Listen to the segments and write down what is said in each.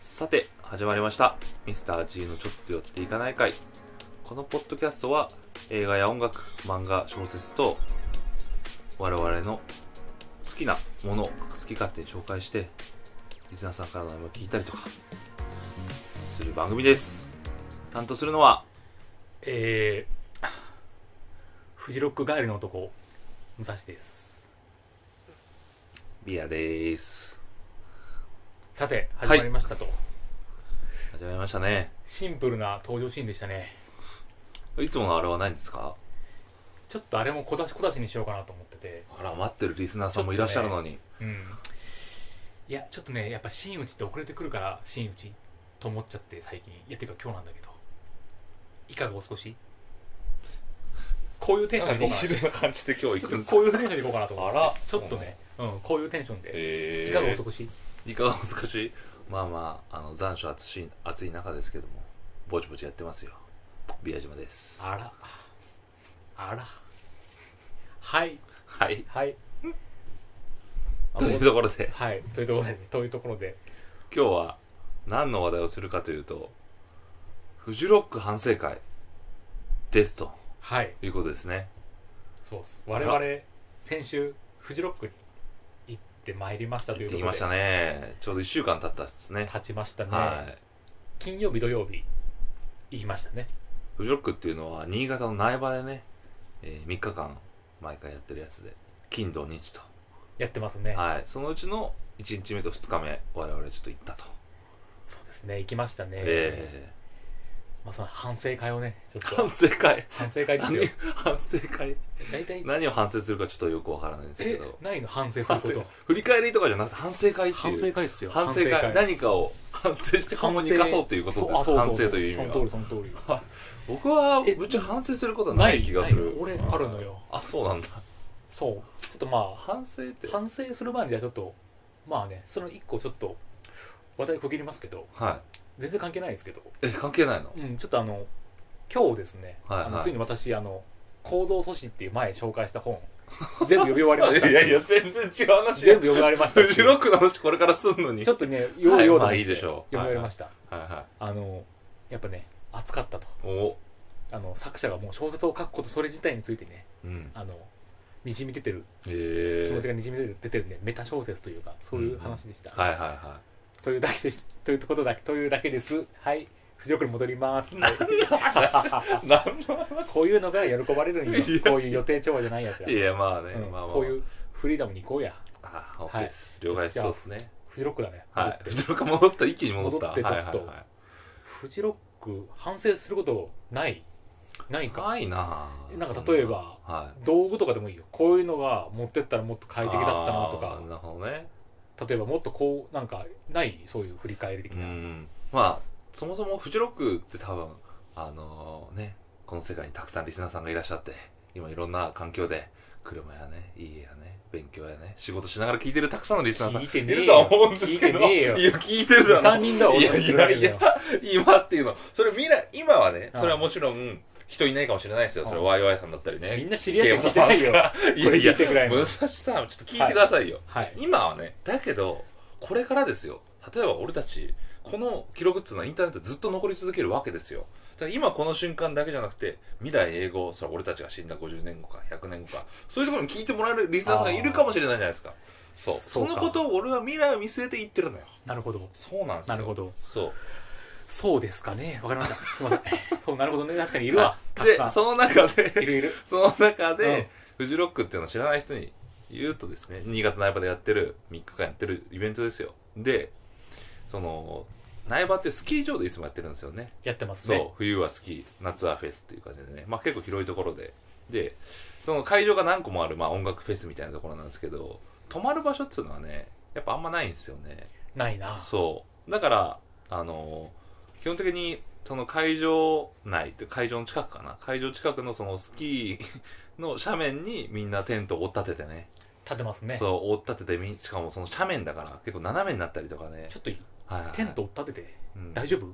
さて始まりましたミスター g のちょっと寄っていかない会このポッドキャストは映画や音楽漫画小説と我々の好きなものを好き勝手に紹介してリスナーさんからの悩みを聞いたりとかする番組です担当するのはえーフジロック帰りの男、武蔵です。ビアですさて、い始まりましたと。始まりましたねシンプルな登場シーンでしたね。いつものあれはないんですかちょっとあれも小出し小出しにしようかなと思ってて。ほら待ってるリスナーさんもいらっしゃるのに、うん。いや、ちょっとね、やっぱ真打ちって遅れてくるから、真打ちと思っちゃって最近。いや、てか今日なんだけど。いかがお過ごしこういうテンションでいこうかな。な感じで今日ち行ょっとくんですこういうテンションでいこうかなと思って。あらちょっとね、うん、こういうテンションで。えいーかがお過ごしいかがお少しまあまああの残暑暑し暑い中ですけどもぼちぼちやってますよビア島ですあら。あら。はい。はいはい。というところではい。というところで、というところで。今日は何の話題をするかというとフジロック反省会ですとはい。いうことですねそうです。あ我ら々、先週、フジロックに行ってまいりましたと行いうっとてきころまで。したねちょうど1週間経ったっすね立ちましたね。はい金曜日、土曜日、行きましたね。フジロックっていうのは新潟の苗場でね、え3日間毎回やってるやつで金土日とやってますね。はいそのうちの1日目と2日目我々ちょっと行ったとそうですね。行きましたね。えまあ、その反省会をね、ちょっー、と反。省会反省会です何よ。反省会大体、何を反省するかちょっとよくわからないんですけえど、ないの反省する反こ省と。振り返りとかじゃなくて反省会っていう会ですよ反省会何かを 反省して今後に生かそうということですそあそうそう反省という意味その通はり、その通り。僕はえぶっちゃけ反省することはない気がすないる俺、あるのよ。あそうなんだそう。ちょっとまあ、反省って反省する前にじゃあちょっとまあねその1個ちょっと話題区切りますけどは全然関係ないですけど、いえ関係ないのうん、ちょっとあの今日ですね、はいはいあのついに私あの構造素子っていう前紹介した本全部読み終わ りましたや全然違う話全部読み終わりましたフジロックの話これからすんのにちょっとねようようまと思ってあいいでしょう読み終わりました、はいはあのやっぱね熱かったといおあの作者がもう小説を書くことそれ自体についてねうんあのにじみ出てるえ気持ちえがにじみ出てる出てるねメタ小説というかそういう話でした、はいはいはというだけです。ということだけ、というだけです。はい。不条に戻ります。い何 こういうのが喜ばれるんよ。こういう予定調和じゃないやつが。いやまあね、うんまあまあまあこういうフリーダムに行こうや。ああ OK です、了解ですそうですねフジロックだね。は戻いってフジロック戻った一気に戻った戻ってちょっとはいはいはいフジロック、反省することないないか。ないなぁなんか例えばそんなはい道具とかでもいいよ。こういうのが持ってったらもっと快適だったなとあーか。なるほどね例えばもっとこう、なんか、ないそういう振り返り的うな。んまあそもそもフジロックって多分あのねこの世界にたくさんリスナーさんがいらっしゃって今いろんな環境で車やね家やね勉強やね仕事しながら聞いてるたくさんのリスナーさん聞いていねえるとはよ。思うんですけど聞いてねえよい。や聞いてるだろ3人だわ、いや俺いやいや俺今っていうのそれ未来今はねうんそれはもちろん人いないかもしれないですよそれう YY さんだったりねみんな知り合いゲしーかム聞いてないよ。いやいや これ聞いてくらいの武蔵さんちょっと聞いてくださいよ、はい。今はねだけどこれからですよ例えば俺たちこの記録っていうのはインターネットにずっと残り続けるわけですよだから今この瞬間だけじゃなくて未来英語それは俺たちが死んだ50年後か100年後かそういうところに聞いてもらえるリスナーさんがいるかもしれないじゃないですかそうそそうかのことを俺は未来を見据えて言ってるのよなるほど。そうなんですよなるほどそうそうですかね。わかりまし た。すみません。そう、なるほどね。確かにいるわ。たくでさん。その中いでるいる。その中で、フジロックっていうのを知らない人に言うとですね新潟苗場でやってる3日間やってるイベントですよでその苗場ってスキー場でいつもやってるんですよねやってますそうね。冬はスキー夏はフェスっていう感じでね、まあ、結構広いところででその会場が何個もある、まあ、音楽フェスみたいなところなんですけど泊まる場所っていうのはねやっぱあんまないんですよねないな。そうだからあのー基本的にその会場内って会場の近くかな会場近くのそのスキーの斜面にみんなテントを追っ立ててね立てますね。そう追っ立ててみしかもその斜面だから結構斜めになったりとかねちょっといいはいはいはいテントを立てて、うん大丈夫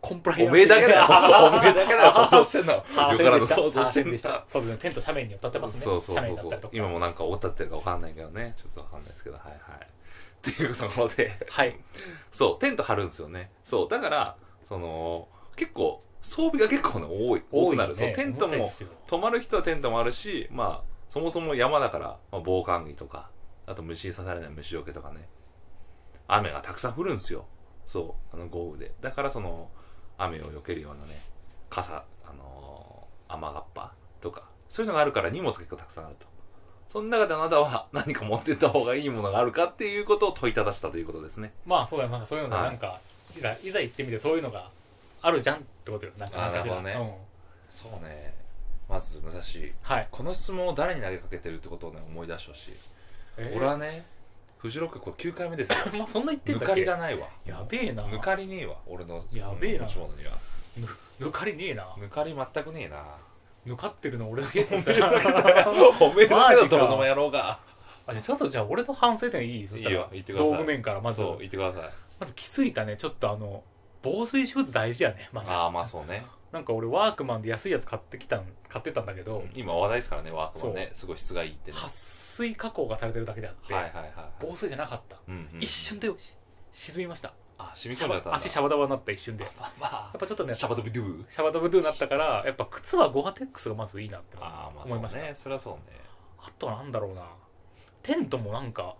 コンプライアンスおめえだけ だよおめえだけだよ想像してんのサー横フかェらンのでした想像してんでだしたそうですねテント斜面に立ってますねそうそうそ斜う面そだったりうとか今もなんかおったってるかわかんないけどねちょっとわかんないですけどはいはいっていうところではいそうテント張るんですよねそうだからその結構装備が結構ね多い多くなる、ねそうテント重たいっもすよ泊まる人はテントもあるしまあそもそも山だから、まあ、防寒着とかあと虫に刺されない虫除けとかね雨がたくさん降るんですよそうあの豪雨でだからその雨を避けるようなね傘あのー雨がっぱとかそういうのがあるから荷物が結構たくさんあるとその中であなたは何か持ってった方がいいものがあるかっていうことを問いただしたということですねまあそうだよなんかそういうのがはいなんか、い、ざいざ行ってみてそういうのがあるじゃんってことよなんかあーなんかしらなるほどねうんそうねまず武蔵はい、この質問を誰に投げかけてるってことをね思い出してほしい、えー俺はねフジロックこれ9回目ですよ まあそんな言ってん抜だっけかりがないわやべえな抜かりねえわ俺のやべえな持ち物にはぬ抜かりねえな抜かり全くねえ な抜かってるの俺だけっておめえ だけマどジか泥沼野郎があじゃあちょっとじゃあ俺の反省点いいそしたいいよら言ってください道具面からまずそう言ってくださいまず気づいたねちょっとあの防水シューズ大事やねまずああまあそうねなんか俺ワークマンで安いやつ買ってきたん買ってたんだけど、今話題ですからねワークマンねすごい質がいいってね撥水加工がされてるだけであって、はいはいはいはい防水じゃなかった、うんうん一瞬でし沈みましたあ染み込んじゃったんだ足シャバダバになった一瞬でやまあまっぱちょっとねあシシャャバドゥブドゥバダバドゥになったからやっぱ靴はゴアテックスがまずいいなってああまあ思いましそたうあ,、ねそれはそうねとはなんだろうなテントもなんか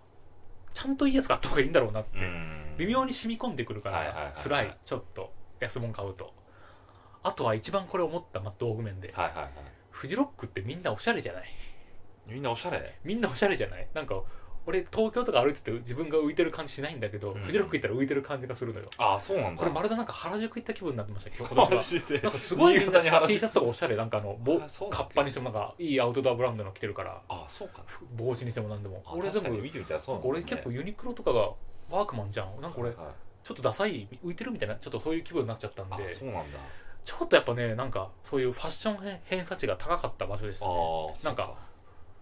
ちゃんといいやつ買った方がいいんだろうなって、うん微妙に染み込んでくるかはいはいはいはらい辛いちょっと安物買うとあとは一番これ思った、まあ、道具面ではいはいはいフジロックってみんなおしゃれじゃないみんなおしゃれみんなおしゃれじゃないなんか俺東京とか歩いてて自分が浮いてる感じしないんだけど、うんフジロック行ったら浮いてる感じがするのよああそうなんだこれ まるでなんか原宿行った気分になってました今日今年マ はジでなんかすごいみんな新潟に原 T 宿シャツとかおしゃれなんかあのぼあそうだっカけッパにしてもなんかいいアウトドアブランドの着てるからあそうかふ帽子にしてもなんでもあ俺で確もかに見てみたらそうなんだね俺結構ユニクロとかがワークマンじゃんなんか俺はいはいちょっとダサい浮いてるみたいなちょっとそういう気分になっちゃったんあでそうなんだちょっとやっぱねなんかそういうファッション偏偏差値が高かった場所でしたねああなんか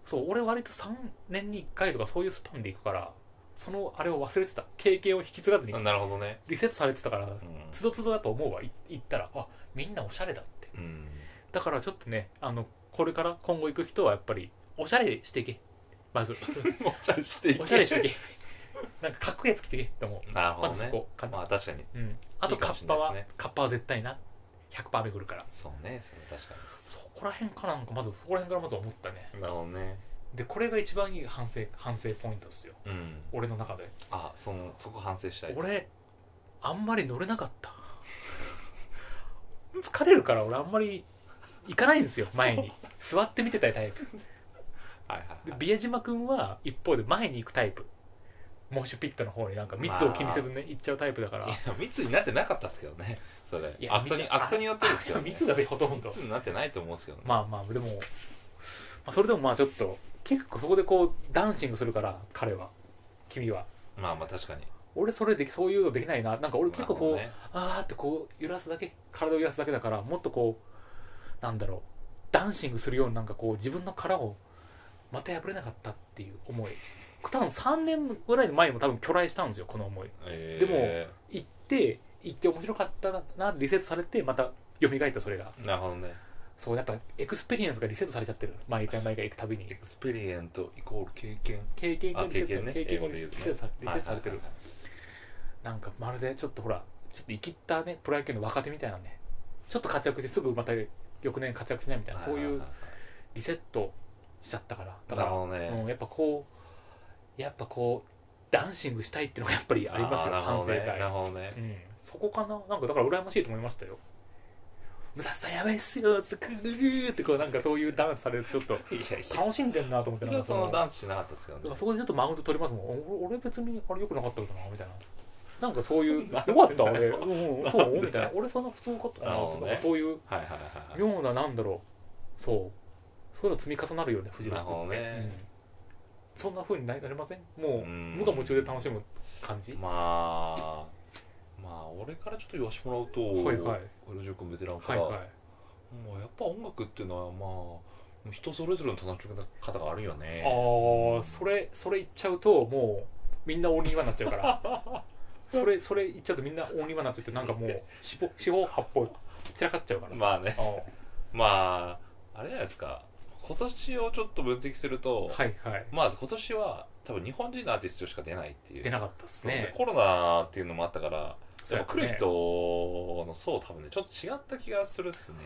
そう俺割と3年に1回とかそういうスパンで行くからそのあれを忘れてた経験を引き継がずにあなるほどねリセットされてたからうんつどつどやっぱ思うわい行ったらあみんなおしゃれだってうんだからちょっとねあのこれから今後行く人はやっぱりおしゃれしていけ まず おしゃれしていけおしゃれしていけなんかかっこいいやつ着ていけって思うなるほまどずそねこかまあ確かにうん、あいといかカもしれッパないですはねカッパは絶対な100%めくるからそうねそれ確かそこら辺からなんかまずそこら辺からまず思ったねになるほどねでこれが一番いい反省反省ポイントですようん俺の中であそのそこ反省したい俺あんまり乗れなかった 疲れるから俺あんまり行かないんですよ前 に座って見てたいタイプはいはいではい宮島君は一方で前に行くタイプモッシュピットの方になんか密を気にせずね、行っちゃうタイプだからいや密になってなかったっすけどねそれいやアクトに密アクトによってですけどね 密だねほとんど密になってないと思うんですけどねまあまあでも、まあ、それでもまあちょっと結構そこでこうダンシングするから彼は君はまあまあ確かに俺それできそういうのできないななんか俺結構こう、なるあーってこう揺らすだけ体を揺らすだけだからもっとこうなんだろうダンシングするようになんかこう自分の殻をまた破れなかったっていう思い多分3年ぐらい前にも多分去来したんですよこの思いほどねえで行って行って面白かったなリセットされてまた蘇ったそれがもなるほどねそうやっぱエクスペリエンスがリセットされちゃってる毎回毎回行くたびにエクスペリエントイコール経験経験があリ経セット験ね経験が英語でリ言うとねセットさリセットされてるはいはいはいなんかまるでちょっとほらちょっと生きったねプロ野球の若手みたいなねちょっと活躍してすぐまた翌年活躍しないみたいなそういうリセットしちゃったからだなるかほどねら、うん、やっぱこうやっぱこうダンシングしたいっていうのがやっぱりありますよーなる反ほ省どねなる会、ほどねうん、そこかななんかだから羨ましいと思いましたよ武蔵さんやばいっすよつくーってこうなんかそういうダンスされるとちょっといやいや楽しんでんなと思ってそれなんはそかそののダンスしなかったですけどなんねかそこでちょっとマウント取りますもん俺俺別にあれ良くなかったけどなみたいな なんかそういうよかった俺うんうんそうみたいな俺そんな普通のことかななるほどねなんかそういうはいはいはいはい妙ななんだろうそうそういうの積み重なるよね藤なる浪ほどうんね、そんなふうになりませんもううん無我夢中で楽しむ感じまあまあ俺からちょっと言わしてもらうとはいはい俺ジョ君ベテランかはいら、はいまあ、やっぱ音楽っていうのはまあ人それぞれの楽しみ方があるよね ああそれそれ言っちゃうともうみんな鬼にはなっちゃうからそれそれ言っちゃうとみんな大庭になっちゃってなんかもう四方四方八方散らかっちゃうからさ、まあねあーまああれじゃないですか今年をちょっと分析すると、はいはいまず今年は多分日本人のアーティストしか出ないっていう出なかったですでねコロナっていうのもあったからそうややっぱね来る人の層多分ねちょっと違った気がするっすね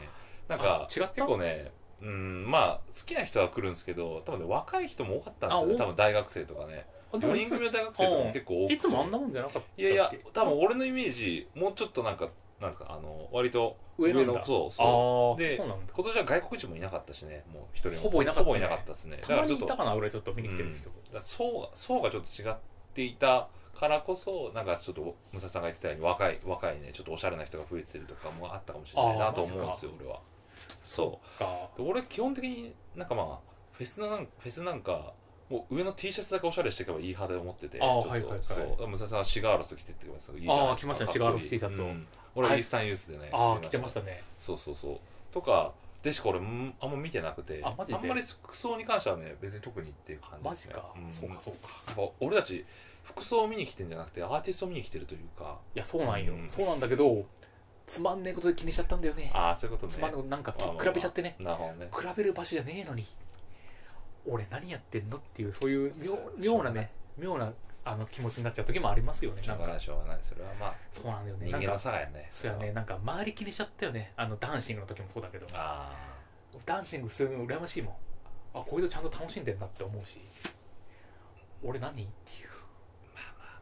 なんかあ違った結構ねうんまあ好きな人は来るんですけど多分ね若い人も多かったんですよねあ多分大学生とかねあでも4い人つ組の大学生とかも結構多くていつもあんなもんじゃなかったっいけやいや多分俺のイメージもうちょっとなんかなんですかあの割と上なんだのそうああそうーでそうなんだ今年は外国人もいなかったしねもう一人もほぼいなかったねほぼいなかったですねだかたまらちょにっいとたかな俺ちょっと見に来てる人、だから層が層がちょっと違っていたからこそなんかちょっと武蔵さんが言ってたように若い若いねちょっとおしゃれな人が増えてるとかもあったかもしれないあーなと思うんマジかですよ俺はそかうで俺基本的になんかまあフェスなんフェスなんかもう上の T シャツだけおしゃれしていけばいい派で思っててあーちょっとはいはいはいそう武蔵さんはシガーロス着てってくださいいいじゃないですかあー来まかっこいいしたねシガーロス T シャツをうん俺はイースタンユースでねああ着来てましたねそうそうそうとかでしか俺んあんま見てなくてあマジでんまり服装に関してはね別に特にっていう感じマでジすねか、んそうかそうかやっぱ俺たち服装を見に来てんじゃなくてアーティストを見に来てるというかいやそうなんよ、うんそうなんだけどつまんねえことで気にしちゃったんだよねああそういうことつまんねえことなんかき比べちゃってねなるほどね比べる場所じゃねえのに俺何やってんのっていうそういう妙そう妙なね妙なあの気持ちになっちゃう時もありますよねしなょんうがなかいしょうがないそれはまあそうなんだよね人なん間のか差がやねそうやねれはなんか周り気にしちゃったよねあのダンシングの時もそうだけどあダンシングするの羨ましいもんあこういうのちゃんと楽しんでんなって思うし俺何っていう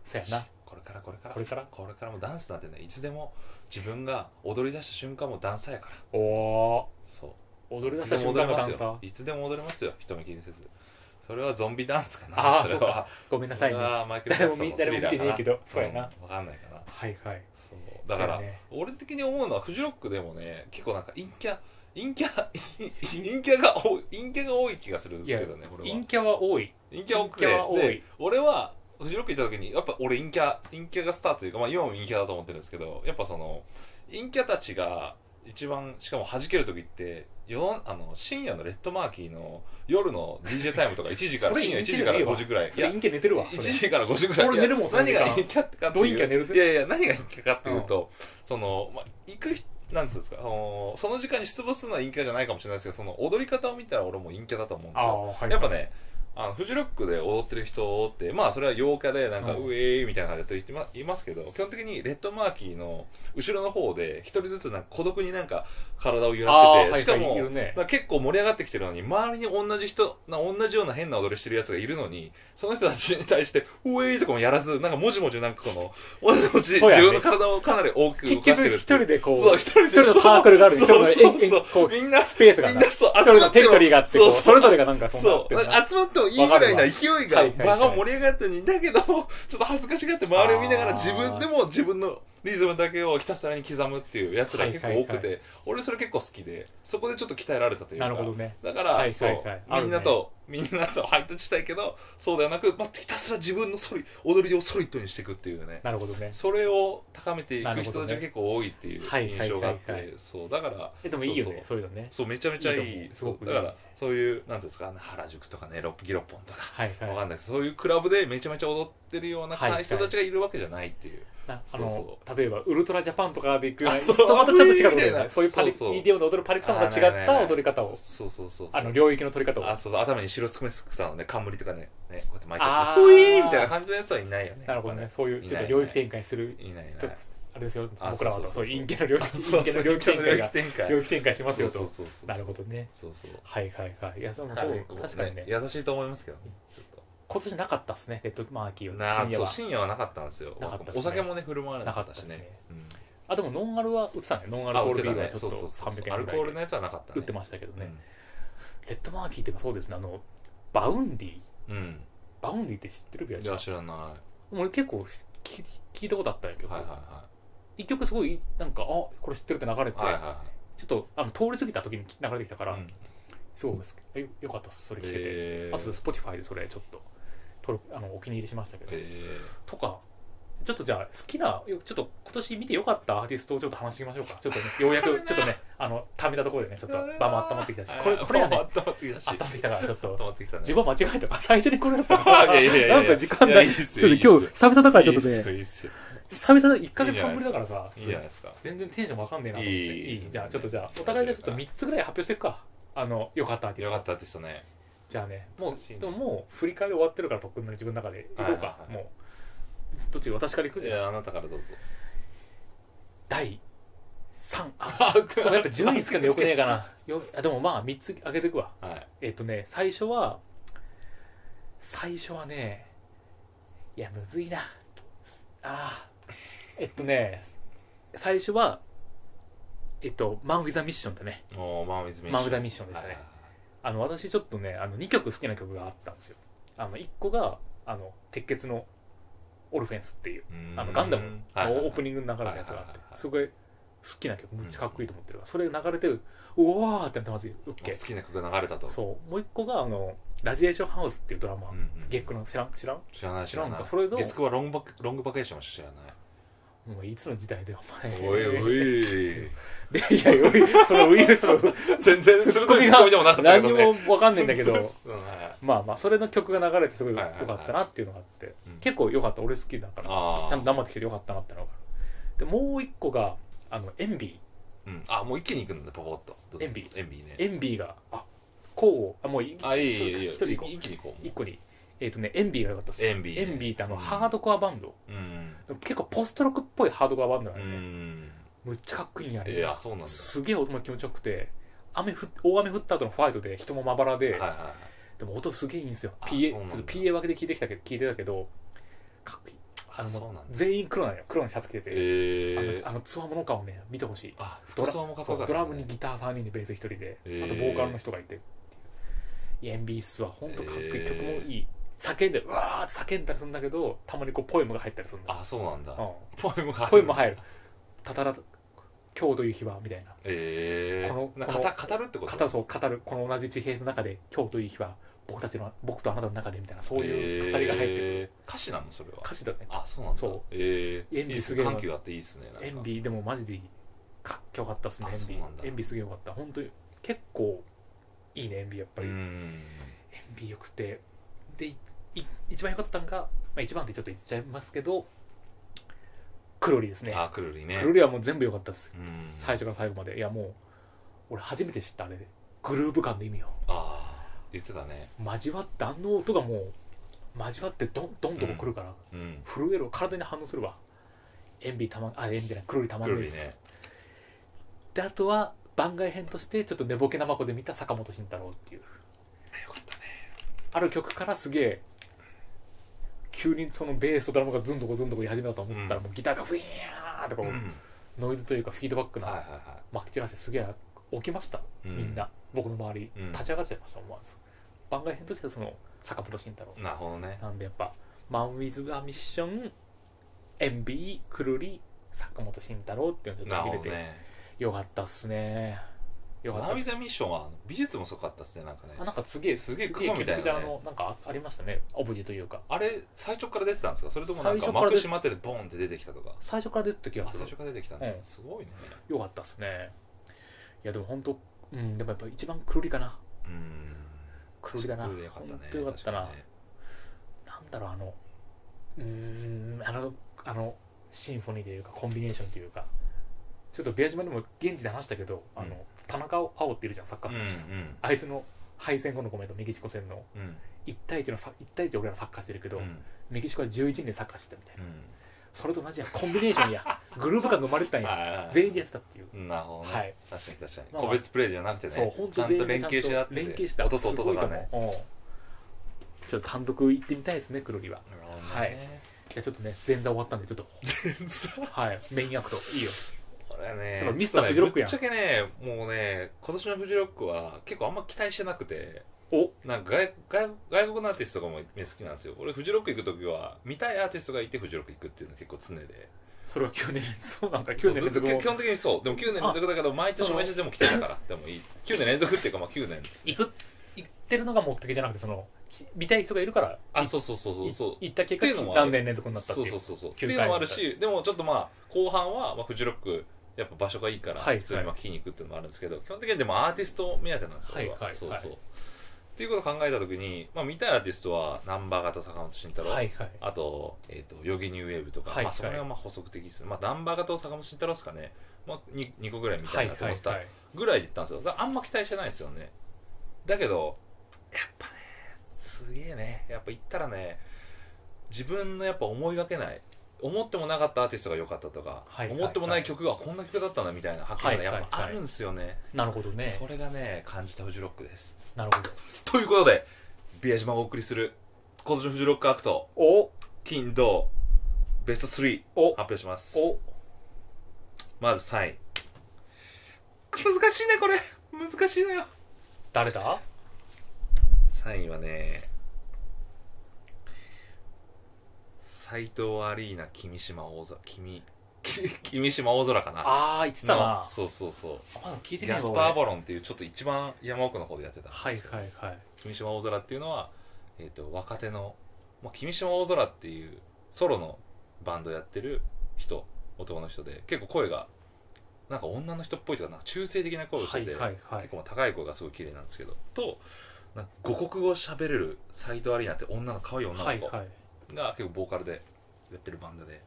そうあやなこれからこれからこれからこれからもダンスなんてねいつでも自分が踊り出した瞬間もダンサーやからおおそう踊り出した瞬間のダンサーいつでも踊れますよいつでも踊れますよ人目気にせずそれはゾンビダンスかなあーそれはごめんなさいねそれははマイケル・ジャクソンのスリラー誰も見か誰も見てねなえけどそうやな分かんないかないはいそうだかそら、うやね俺的に思うのはフジロックでもね結構なんか陰キャ陰キャ 陰キャが多い陰キャが多い気がするけどね俺は陰キャは多い陰キャ多くて陰キャは多いで俺はフジロック行った時にやっぱ俺陰キャ陰キャがスターというか、まあ、今も陰キャだと思ってるんですけどやっぱその陰キャたちが一番しかも弾ける時って世のあの深夜のレッドマーキーの夜の DJ タイムとか1時からそれ深夜1陰キャ時からじゃねえわ5時ぐらいいそれや陰キャ寝てるわそ1れ時から5時ぐらい俺寝るもんいやその時何間が陰キャかってドいインうキャ寝るぜいやいや何が陰キャかっていうと、その、ま、行く人なんつうんですかあのその時間に出没するのは陰キャじゃないかもしれないですけどその踊り方を見たら俺も陰キャだと思うんですあよあはいやっぱねあのフジロックで踊ってる人ってまあそれは陽キャでなんか、うんウェーイみたいな感じで言ってまいますけど基本的にレッドマーキーの後ろの方で一人ずつなんか孤独になんか体を揺らあしてて、ーはいしかも、いるねだから結構盛り上がってきてるのに周りに同じ人な同じような変な踊りしてるやつがいるのにその人たちに対して「ウェイ!」とかもやらずなんかもじもじなんかこのもじもじ自そうやね分の体をかなり大きく動か結して局る一ってい人うでこそうう一人で一人のサークルがあるそ一うそうそ人のうえんえんこうみんなスペースがみんなな一そう人のテもリトリーがあってこうそうそれぞれがなんかそんなそってうるな集まってもいいぐらいな勢いがわかるわ場が盛り上がったのにだけど ちょっと恥ずかしがって周りを見ながらあー自分でも自分のリズムだけをひたすらに刻むっていうやつが結構多はいくはいて俺それ結構好きでそこでちょっと鍛えられたというなかるほどねだから、はいそう、はいはいあるねみんなと、みんなとハイタッチしたいけど、そうではなく、まあ、ひたすら自分のソリ踊りをソリッドにしていくっていうね。なるほどねそれを高めていなくるほ人どたねちが結構多いっていうはい印象があって、はいはいそう、だから、えでもいいよねそうそういうのねそう、めちゃめちゃいい。いいと思うすごくそうだから、そういう、なんていうんですか、原宿とかね、六匹六本とか、はいわかはんないですそういうクラブでめちゃめちゃ踊ってるようなはいはい人たちがいるわけじゃないっていう。いなあそうのそ例えばウルトラジャパンとかで行くようなあとそうまたちょっと違うことみだよたい ねなそういうパリそうそうイデオンで踊るパリピとまた違った踊り方をそうそうそうそう。あの領域の取り方をあ、そうそう、頭に白つくめすくさんのね、冠とかね、ね、こうやって巻いてあーふいーみたいな感じのやつはいないよね。なるほどね。そういうちょっいなとい領域展開するいないいちょっなとい。あれですよあ僕らはそうそそうそうういう陰キャの領域陰キャの領領域域展開が展開領域展開しますよそうとそうそうそうなるほどねそうそう。はいはいはいいやそうだらねそう確かにねこう優しいと思いますけどね。ちょっ今年なかったっすねレッドマーキーとをなあ深夜そうは深夜はなかったんですよなかったっすねお酒もね振る舞われなかったしなかねあでもノンアルは売ってたねノンうアんルコール売ビってたールはねちょっそとうそうそう300円ぐらアいルでコールのやつはなかった売ねってましたけどねうんレッドマーキーっていうかそうですねあのバウンディうんバウンディって知ってるビアいじゃやん知らないは俺結構聞聞いたことあったんやけいどはいは一曲すごいなんかあこれ知ってるって流れていはいはいはちょっとあの通り過ぎた時に流れてきたかいら、うんすごいですよよかったですそれ聞けて、えーあとで Spotify でそれちょっと登録あのお気に入りしましたけど、えとかちょっとじゃあ好きなよちょっと今年見てよかったアーティストをちょっと話していきましょうかちょっとねようやそれくなちょっとねあのためたところでねちょっと場も温まってきたしーこれこれはねあー温まってきたし温まってきたからちょっ温とまってきたね自分は間違えたから最初にこれだった いやいやいやいやなんか時間いなやいいいっちすょよっと今日久々だからちょっといいっすねよいいっすよ久々だ1ヶ月半ぶりだからさいいじゃないですか全然テンションわかんねえなと思っていいいじゃあちょっとじゃあお互いでちょっと3つぐらい発表していくかあのよかったアーティスよトかったですよねじゃあねも難しいうねでももう振り返り終わってるから特訓の自分の中でいこうか、はいはいはいもうどっち私からいくいじゃんやあなたからどうぞ第3ああでもやっぱ順位つけんのよくねえかなよあでもまあ3つ上げていくわはいえっ、とね最初は最初はねいやむずいなあーえっとね最初はえっとマン・ウィザ・ミッションだねもうマン・ウィズ・ミッションマン・ウィザ・ミッションでしたはね、いあの私ちょっとねあの2曲好きな曲があったんですよあの1個があの鉄血のオルフェンスっていううんあのガンダムはいはいはいオープニングに流れたやつがはいはいはいはあっいてすごい好きな曲むっちゃかっこいいと思ってるからそれ流れてるうわーってなってますよオッケ好ーきな曲が流れたとそうもう1個があのラジエーションハウスっていうドラマ、うんうんゲックの知らん知らん知らない知知ららんないかそれどう月9はロングバケロングバケーションは知らなもういつの時代だよおい前おいおいで いやおいそのウィルそ の全然ツ鋭ッコいミツがッコミでもなかったけ何どねもわかんないんだけどうんはいまあまあそれの曲が流れてすごい良はいかはいはいったなっていうのがあってうん結構良かった俺好きだからあーちゃんと頑張ってきてよかったなってのがあるでもう一個があのエンビうんあもう一気に行くんだポポッとどうぞエンビエンビねーエンビーがあこうあもういいあいいよいいよいいよ一人行こう一気に行こう一個にえっ、とねエンビーが良かったですエンビねエンビーってあの、うんハードコアバンドうん結構ポストロックっぽいハードコアバンドなうんで、んむっちゃかっこいいんやあれいやそうなんだすげえ音も気持ちよくて雨ふ大雨降った後のファイトで人もまばらで、はいはいはいでも音すげえいいんですよあそうなん PA, だそれ PA 分けで聞いてきたけど聞いてたけどかっこいいああのそうもうなんだ全員黒なんよ黒のシャツ着てて、えあのあのつわもの感をね見てほしいあド服ラ装もかっこよかったドラムにギター3人でベース1人で、えーあとボーカルの人がいてっていういやエンビースは本当かっこいい、えー曲もいい叫んでうわーって叫んだりするんだけどたまにこうポエムが入ったりするんだ、あそうなんだうポエムがん、ポエムもる入る「たたら今日という日は」みたいなえこえのな語この語るってこと語そう語るこの同じ地平の中で今日という日は僕たちの僕とあなたの中でみたいなそういう語りが入ってる、えー歌詞なのそれは歌詞だねあそうなんだそうええエンビすげえ緩急があっていいですねなんかエンビでもマジでいいかっけよかったっすねあエンそうなんだビエンビすげえよかった本当に結構いいねエンビやっぱうり、エンんビよくてでいい一番よかったんが、まあ、一番ってちょっと言っちゃいますけどクロリですねあくるりねクロリはもう全部よかったですうん最初から最後までいやもう俺初めて知ったあれでグルーヴ感の意味をああ言ってたね交わってあの音がもう交わってどんどんどん来るから、うん震える体に反応するわエンビたまあエンビじゃない黒いたまくんないるでりす、ねであとは番外編としてちょっと寝ぼけなまこで見た坂本慎太郎っていうよかったねある曲からすげえ急にそのベースとドラムがズンとこズンとこ言い始めたと思ったら、うんもうギターがフィーンとか、うんノイズというかフィードバックはいなはいはまき散らせすげえ起きました、いうみんな僕の周り、うん立ち上がっちゃいました思わず番外編としてその坂本慎太郎なるほどねなんでやっぱマン・ウィズ・ア・ミッションエンビーくるり坂本慎太郎っていうのをちょなっるとほど入れて、ねよかったっすねよかっマナたっビすザミッションは美術もすごかったですねなんかねあなんかすげえすげえ雲みたいなねキャンプ場のなんかあありましたねオブジェというかあれ最初から出てたんですかそれともなんか最初から幕出閉まっててボンって出てきたとか最初から出てた気あがす最る初から出てきたねうんすごいねよかったっすねいやでも本当うんでもやっぱ一番黒りかなうん黒りかなクルリよかったね本当よかったな、確かにねなんだろうあのうーんあのあのシンフォニーというかコンビネーションというかちょっと宮島でも現地で話したけど、あうんの田中碧っているじゃんサッカー選手、うんあいつの敗戦後のコメントメキシコ戦のうんうん1対1のさ1対1俺らサッカーしてるけど、うんメキシコは11人でサッカーしてたみたいなうんそれと同じやコンビネーション やグループ感が生まれてたんやあー全員でやってたっていうなるほどね、はい確かに確かに、まあ個別プレーじゃなくてねそう本ち当ゃん全と員で連携し合ってて連携した音と音とかすねごいと思ううんちょっと単独行ってみたいですね黒木はなるほどねはいじゃあちょっとね前座終わったんでちょっと全然 はいメインアクトいいよこれねだからミスターフジロックやんちょっとねぶっちゃけねもうね今年のフジロックは結構あんま期待してなくておなんか外外外国のアーティストとかも好きなんですよ俺フジロック行く時は見たいアーティストがいてフジロック行くっていうのが結構常でそれは9年そうなんか9年そう連ずっ続と基も基本的にそうでも9年連続だけど毎年その毎年でも来てたからでもいい9年連続っていうかまあ9年行く行ってるのが目的じゃなくてそのき見たい人がいるからあそうそうそうそういそう行った結っていうのも果ある何年連続になったっていうそうそうそうそうって9い回うのもあるしでもちょっとまあ後半は、まあ、フジロックやっぱ場所がいいからはい普通にまあ聞きに行くっていうのもあるんですけど、基本的にでもアーティスト目当てなんですよ、はい俺はいそうそう、っていうことを考えた時に、まあ、見たいアーティストは難波型坂本慎太郎、はいはいあと,、えー、とヨギニューウェーブとか、はいまあ、その辺はまあ補足的ですね、まあ、ナンバー型と坂本慎太郎ですかね、まあ、2, 個ぐらい見たいなと思ってたぐらいで行ったんですよだからあんま期待してないですよねだけどやっぱねすげえねやっぱ行ったらね自分のやっぱ思いがけない思ってもなかったアーティストが良かったとか、はい思ってもない曲がこんな曲だったんだみたいな発見がねはやいっぱあるんですよね、なるほどねそれがね感じたフジロックですなるほどということで宮島がお送りする今年のフジロックアクトお金土ベスト3お発表しますおまず3位難しいねこれ難しいのよ誰だ3位はね斎藤アリーナ君島大空君 君君島大空かなああ言ってたのなそうそうそうまだ聞いてギねャえスパわー・俺ボロンっていうちょっと一番山奥の方でやってたはいはいはい君島大空っていうのは、えー、と若手の、まあ、君島大空っていうソロのバンドやってる人男の人で結構声がなんか女の人っぽいとかなんか中性的な声をしてて、はいはいはい結構まあ高い声がすごい綺麗なんですけどとなんか五国語喋れるサイドアリーナって女の可愛い女の子、はいはいが結構ボーカルでやってるバンドで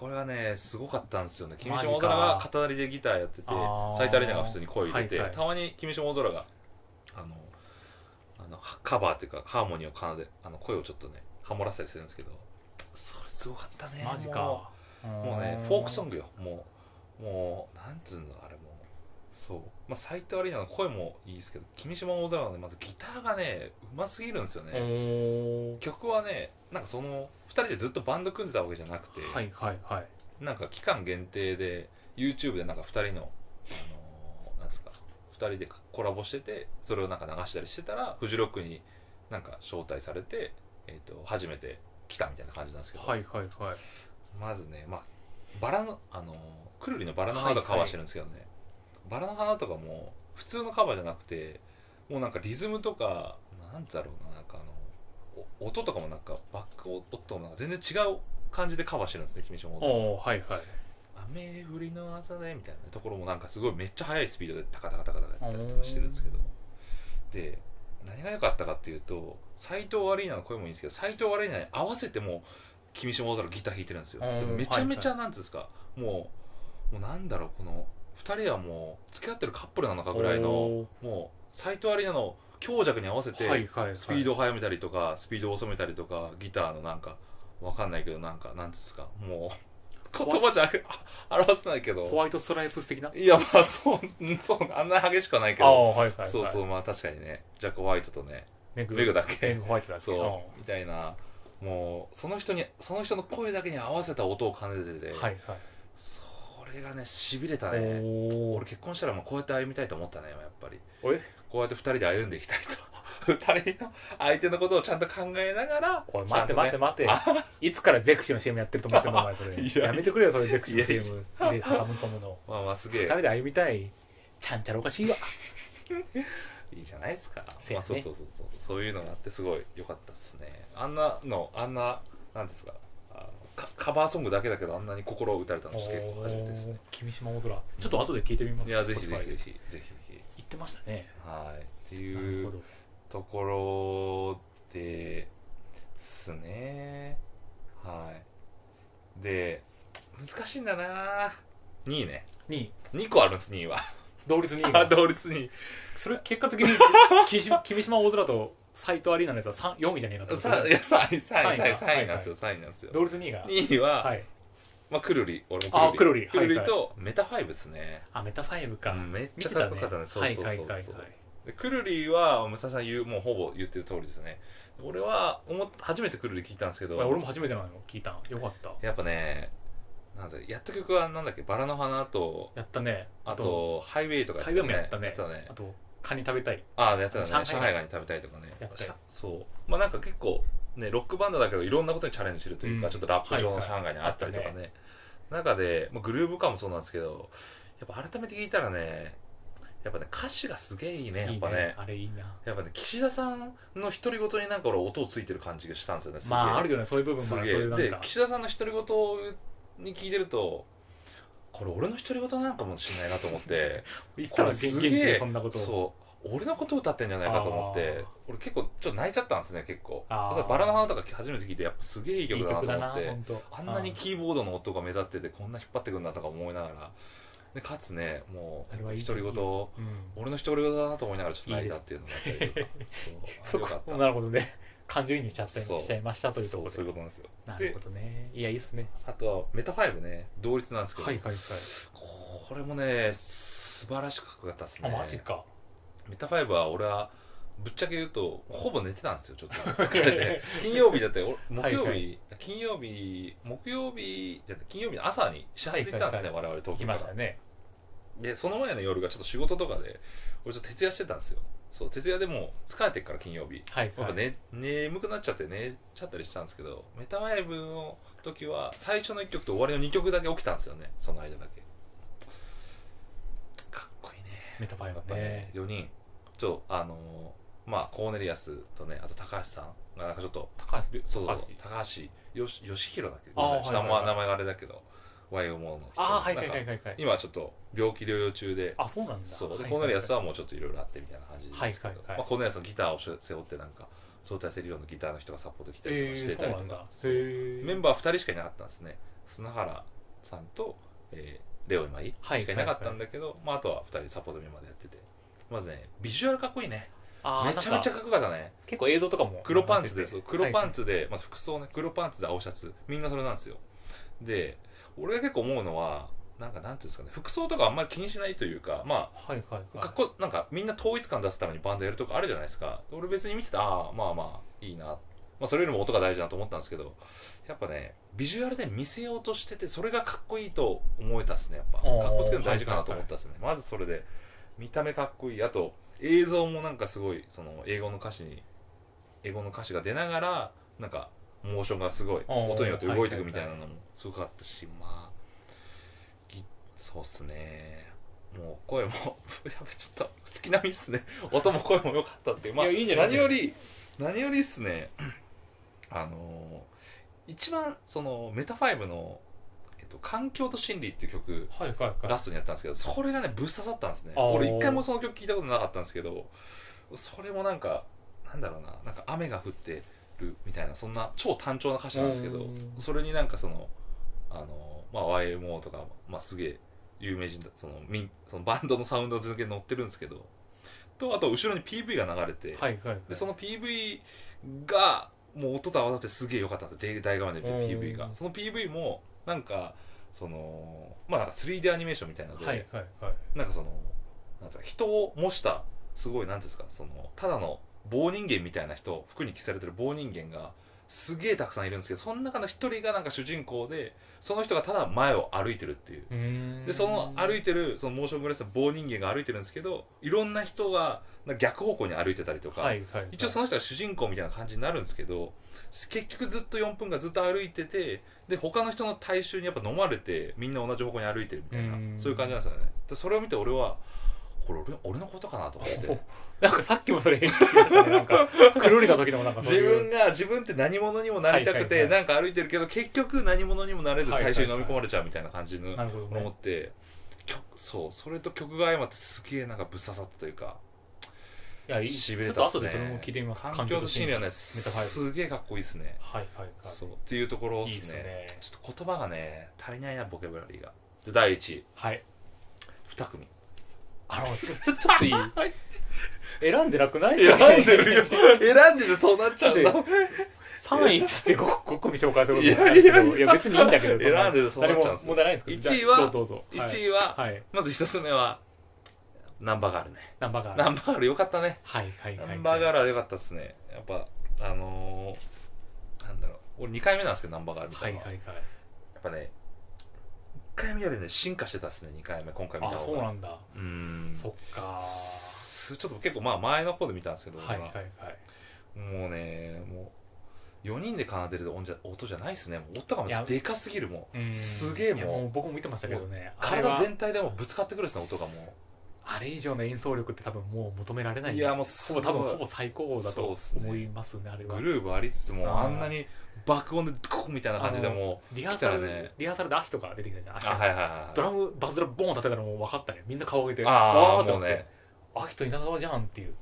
これはねすごかったんですよね君島マジか大空が片りでギターやっててあー斉藤アリーナが普通に声入れて、はいはいたまに君島大空があのあのはカバーっていうかハーモニーを奏であの声をちょっとねハモらせたりするんですけどそれすごかったねマジかもうもうねフォークソンググよもうもうなんつうのあれもうそうまあ斉藤アリーナの声もいいですけど君島大空のねまずギターがねうますぎるんですよね、おー曲はねなんかその2人でずっとバンド組んでたわけじゃなくて、はいはいはいなんか期間限定で YouTube でなんか2人の、あのーなんですか2人でコラボしててそれをなんか流したりしてたらフジロックになんか招待されて、えー、と初めて来たみたいな感じなんですけど、はいはいはいまずね、まあ、バラの、あのーくるりのバラの花とカバーしてるんですけどね、バラの花とかも普通のカバーじゃなくてもうなんかリズムとかなんだろうななんかあのお音とかもなんかバック音もなんか全然違う感じでカバーしてるんですね君島もおおはいはい雨降りの朝でみたいなところもなんかすごいめっちゃ速いスピードでタカタカタカタやったりとかしてるんですけどで何が良かったかっていうと斎藤アリーナの声もいいんですけど斎藤アリーナに合わせても君島大空ギター弾いてるんですよあーでもめちゃめちゃなんていうんですか、もうもうなんだろうこの2人はもう付き合ってるカップルなのかぐらいのおもう斎藤アリーナの強弱に合わせーはいてはいはいスピードを速めたりとかスピードを遅めたりとかギターのなんかわかんないけどなんかなんていうんですかもう言葉じゃあ 表せないけホどワイトストライプス的ないやまあそううんそうあんな激しくはないけああどはいはいはいそうそううまあ確かにねジャック・ホワイトとねメグメグだメけグホワイトだっけそうみたいなもうその人にその人の声だけに合わせた音を奏でてて、うんはいはいそれがねしびれたねお俺結婚したらもうこうやって歩みたいと思ったねやっぱりおえこうやって二人で歩んでいきたいと 二人の相手のことをちゃんと考えながらおい待って待ってち待っていつからゼクシーの CM やってると思ってんのお前そ いれややめてくれよそれゼクシーのいや CM で挟み込むのゃんとねまあまあすげ二え人で歩みたいちゃんちゃらおかし いわいいじゃないですかせまやあ、ねそうそうそうそうそういうのがあってすごい良かったですねあんなのあんななんですかあのカカバーソングだけだけどあんなに心を打たれたのおちょっと結構初めてですねー君島大空ちょっと後で聞いてみますいやぜひぜひ Spotify ぜでひぜひぜひ言ってましたねはいってないるうほどところですねはいで難しいんだな2位ね2位2個あるんです2位は同率2位あが 同率2位それ結果 的に君島君島大空と斎藤アリーナのやつは三4位じゃねえかと思ってさいや3位3位三位3位3位かなんですよ3位なんですよ同率2位が2位は、はいまあ、くるり俺あもくるりくるりはいはいとメタファイブですね、あメタファイブかうんめっ見ちゃてかたっこねよかったねそうはそういそうはいそう、はいはいでくるりは武蔵さん言うもうほぼ言ってる通りですね俺は思っ初めてくるり聞いたんですけどまあ俺も初めてなの聞いたのよかったやっぱねなんだやった曲はなんだっけバラの花とやったねあとハイウェイとかハイウェイもやったねやったねあとカニ食べたいああやってたね上海上海ガニ食べたいとかねやったよそうまあなんか結構ねロックバンドだけどいろんなことにチャレンジするというか、うんちょっとラップ上のはいはい上海にあったりとかね,、あった中で、まあ、グルーヴ感もそうなんですけどやっぱ改めて聞いたらねやっぱね歌詞がすげえいいねやっぱねいいねあれいいなやっぱね岸田さんの独り言になんか俺音をついてる感じがしたんですよねすげえまああるよねそういう部分すもあるそういうなげえんでか岸田さんの独り言に聞いてるとこれ俺の独り言なんかもしれないなと思っていつからこれす現げえ地でそんなことをそ俺のこと歌ってんじゃないかと思ってあー俺結構ちょっと泣いちゃったんですね結構あーだからバラの花とか初めて聞いてやっぱすげえいいいい曲だなと曲だ思なって本当あんなにキーボードの音が目立っててこんな引っ張ってくんだとか思いながらでかつねもあれはういい独り言をうん俺の独り言だなと思いながらちょっと泣いたっていうのがあったりとかそそうあよかこっなるほどね感情移入しちゃったりそうしちゃいましたたというとこそうそういうころでとなんですよなるほどねいやいいっすねあとはメタファイブね同率なんですけど、はいはいはいこれもね素晴らしくかっこよかったですあねマジかメタファイブは俺はぶっちゃけ言うとほぼ寝てたんですよちょっと 疲れて金曜日だって俺木曜日、はいは金曜日木曜日じゃなくて金曜日の朝に始発行ったんですね、は我々東行き京まかしたらねでその前の夜がちょっと仕事とかで俺ちょっと徹夜してたんですよそう徹夜でもう疲れてるから金曜日はいやっはぱ、いね眠くなっちゃって寝ちゃったりしたんですけどメタファイブの時は最初の1曲と終わりの2曲だけ起きたんですよねその間だけかっこいいねメタファイやっブぱねね4人ちょっとあのーまあコーネリアスとねあと高橋さんがなんかちょっと高橋そう高高橋橋よし義弘だっけあーはいはいはい下も名前があれだけど YMO の人ああはいはいなんかはいはいはい今ちょっと病気療養中であそうなんだそうではいコーネリアスははもうちょっといろいろあってみたいな感じですけど、はいはいはいまあ、コーネリアスのギターをしょ背負ってなんか相対性理論のギターの人がサポート来たいはいりとえかしてーそたうりなとんかだ、へーメンバー2人しかいなかったんですね砂原さんと、えーレオ今井はいしかいなかったんだけど、まあ、あとは2人サポートメンバーでやっててまずねビジュアルかっこいいねあーめちゃめちゃなかっんかこよかったね結構映像とかも黒パンツで流せそうて黒パンツツで、まあ、服装ね黒パンツで青シャツみんなそれなんですよで俺が結構思うのはなんかなんていうんですかね服装とかあんまり気にしないというかまあはいはいはいかっこなんかみんな統一感出すためにバンドやるとかあるじゃないですか俺別に見ててああまあまあいいな、まあ、それよりも音が大事だと思ったんですけどやっぱねビジュアルで見せようとしててそれがかっこいいと思えたっすねやっぱおーかっこつけるの大事かなと思ったっすね、まずそれで見た目かっこいいあと映像もなんかすごいその英語の歌詞に英語の歌詞が出ながらなんかモーションがすごいおー音によって動いていくはみいはたいいはいなのもすごかったしまあぎそうっすねもう声もやべちょっと好きなみっすね 音も声も良かったっていうまあいやいいんじゃない何より何よりっすねあのー一番そのメタファイブの、えっと「環境と心理」っていう曲はいはいはラいストにやったんですけどそれがねぶっ刺さったんですねあー俺一回もその曲聞いたことなかったんですけどそれもなんかなんだろうななんか雨が降ってるみたいなそんな超単調な歌詞なんですけうどんそれになんかそのあの、まあ、YMO とか、まあ、すげえ有名人だそのみんそのバンドのサウンド続け乗ってるんですけどとあと後ろに PV が流れて、はいはいはいでその PV がもう音と合わさってすげえ良かったんですよで大画面で見うんて PV がその PV もなんかそのまあなんか 3D アニメーションみたいなので、はいはいはいなんかそのなんですか人を模したすごいなんていうんですかそのただの棒人間みたいな人服に着せられてる棒人間がすげえたくさんいるんですけどその中の一人がなんか主人公でその人がただ前を歩いてるっていううーんでその歩いてるそのモーションブレスの棒人間が歩いてるんですけどいろんな人がなんか逆方向に歩いてたりとか、はいはいはい一応その人が主人公みたいな感じになるんですけど結局ずっと4分間ずっと歩いててで他の人の大衆にやっぱ飲まれてみんな同じ方向に歩いてるみたいなうんそういう感じなんですよねでそれを見て俺はこれ俺俺のことかなと思 ってなんかさっきもそれ変化しましたねな んかくるりた時でもなんかそう自いう分が自分って何者にもなりたくはいてはいはなんか歩いてるけど結局何者にもなれずはいはいは大衆いに飲み込まれちゃうみたいな感じのなるほど思っねて曲そうそれと曲が相まってすげえなんかぶっ刺さったというかいやいいしびちょれっとたっす後ねでそれも聞いてみます環境と心理はねメタファイブすげえかっこいいですねはいはいはいそうっていうところでいいっすすねねちょっと言葉がね足りないなボキャブラリーがで第1位はい2組あの ちょちょちょっといい 選んでなくないよ選んでるそうなっちだって3位って言って 5, 5組紹介するこいとやないいけやどいや別にいいんだけどそんな選んでるそうな誰っちゃうんもですよ問題ないんですけどじゃあ一位はどうぞどうぞはい1位ははいまず1つ目はナンバーガールねナンバーガールナンバーガールよかったねはいはいはいナンバーガールルはよかったっすねやっぱあのーなんだろう俺2回目なんですけどナンバーガールみたはいいなはいのははいやっぱね1回目よりね進化してたっすね2回目今回見たあ方そうがなんだうーんそっかすちょっと結構まあ前の方で見たんですけど、は俺いははいはいもうねもう4人で奏でる音じゃ音じゃないっすねもう音がもいやうでかすぎるもうんうすげえいやもう僕も見てましたけどねあれは体全体でもうぶつかってくるっすね音がもあれ以上の演奏力って多分もう求められなういいやもうすごほぼい多分ほぼ最高だそうっとすね思いますねあれはグルーブありつつもあーあんなに爆音でドコンみたいな感じであのもうリハーサル、来たらねリハーサルで秋とか出てきたじゃん秋あはいはいはいドラムバズドラボーン立てたらもう分かったねみんな顔上げてあわあーもとう思ってねアキト稲沢じゃんっていう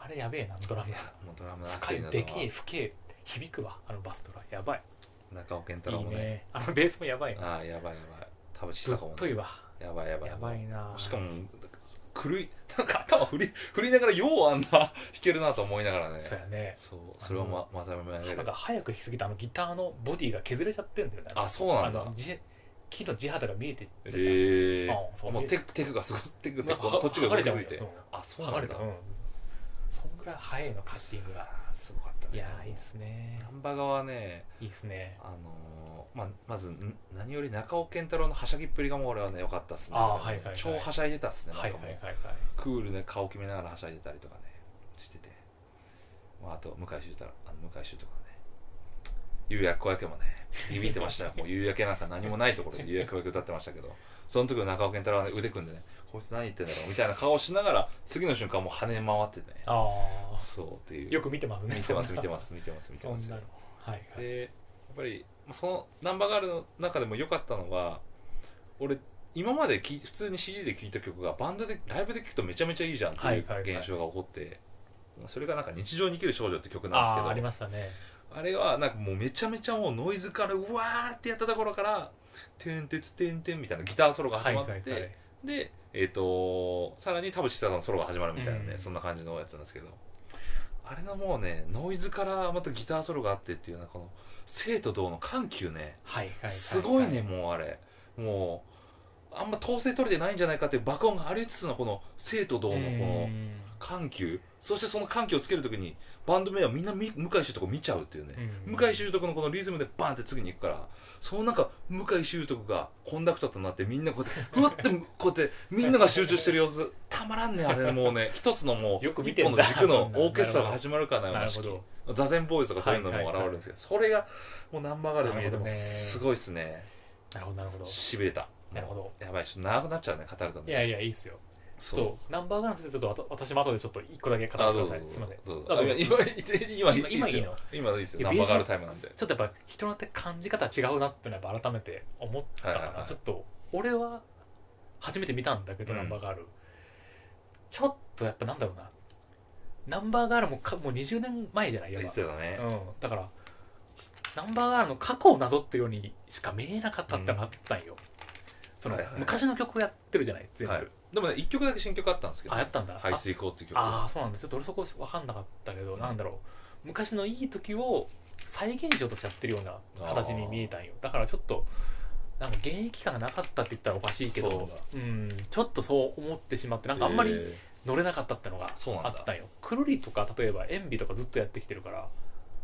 あれやべえなドラムやもうドラムの深赤いいなでけえ不景響くわあのバスドラやばい中尾健太い郎いもねねあのベースもやばいなああやばいやばい田淵ぶっ久子もといねわやばいやばいやばいなしかも狂いなんか頭振り振りながらようあんな弾けるなと思いながらねそうやねそうそれをままとめ上げなんるか早く弾きすぎてあのギターのボディが削れちゃってんだよねあそうなんだあのじ木の地肌が見えてたじゃんええうんそうもうテクテクがすごいテクテなんクかこっちが剥が動れきつちゃういてうんあそう剥ながんれだたうんそんぐらい早いのカッティングがあーすごかったねいやーいいっすね難波川はねいいっすねあのーまあ、まずん何より中尾健太郎のはしゃぎっぷりがもう俺はね良かったっすねあーはいはいはい超はしゃいでたっすねなんはかいもはういはいはいクールな顔決めながらはしゃいでたりとかねしてて、まあ、あと向井修太郎あの向井修とかね夕焼け小焼けもねビビってました よもう夕焼けなんか何もないところで夕焼け小焼け歌ってましたけどその時の中尾健太郎は、ね、腕組んでねこいつ何言ってんだろうみたいな顔しながら次の瞬間もう跳ね回っててねあそうっていうあよく見てますね見てます見てすます見てます見てそますんなのはいはいでやっぱりまあそのナンバーガールの中でも良かったのは俺今までき普通に CD で聴いた曲がバンドでライブで聴くとめちゃめちゃいいじゃんってはいいはいはいう現象が起こって、それがなんか「日常に生きる少女」って曲なんあですあーあけりどましたねあれはなんかもうめちゃめちゃもうノイズからうわーってやったところから「てんてつてんてん」みたいなギターソロがは始いはまっいて、はいでえっ、とさらに田淵久さんのソロが始まるみたいなね、うんそんな感じのやつなんですけどあれがもうねノイズからまたギターソロがあってっていうのはこの生と同の緩急ねはいはいはすごいねもうあれもうあんま統制取れてないんじゃないかっていう爆音がありつつのこの生と同のこうのん緩急そしてその緩急をつけるときにバンド名はみんなみ向井秀徳を見ちゃうっていうね、うん向井秀徳のこのリズムでバーンって次に行くからその中向井秀徳がコンダクターとなってみんなこうやってうわってこうやってみんなが集中してる様子たまらんねあれもう ね一つのもうよく見一て本んのだ軸の そんなオーケストラが始まるかのようななる式ほど座禅ボーイズとかそういうのも現れるんですけど、それがもうナンバーガールで見えてもなるほどねすごいっすねなるほどなるほどしびれたなるほどやばいちょっと長くなっちゃうね語るとねいやいやいいっすよちそうょっとナンバーガランスでちょっとわた私も後でちょっと一個だけ語ってくださいすみませんどうぞああどうぞ今今今今今いいいですいよの今いいですよいやナンバーガールタイムなんでちょっとやっぱ人によって感じ方違うなってのはやっぱ改めて思ったから、はいはいはいちょっと俺は初めて見たんだけど、うんナンバーガールちょっとやっぱなんだろうなナンバーガールもかもう20年前じゃないや言っっぱてたねうん、だからナンバーガールの過去をなぞってるようにしか見えなかったってのがあったんよ、その、はいはい昔の曲をやってるじゃない全部、はいでもね1曲だけ新曲あったんですけどあやったんだ、 「排水溝」っていう曲ああそうなんですちょっと俺そこ分かんなかったけど、なんだろう昔のいい時を再現状としてやってるような形に見えたんよだからちょっとなんか現役感がなかったって言ったらおかしいけそうどだうんちょっとそう思ってしまってなんかあんまえりー乗れなかったってのがそうなんだあったんよくるりとか例えば塩ビとかずっとやってきてるから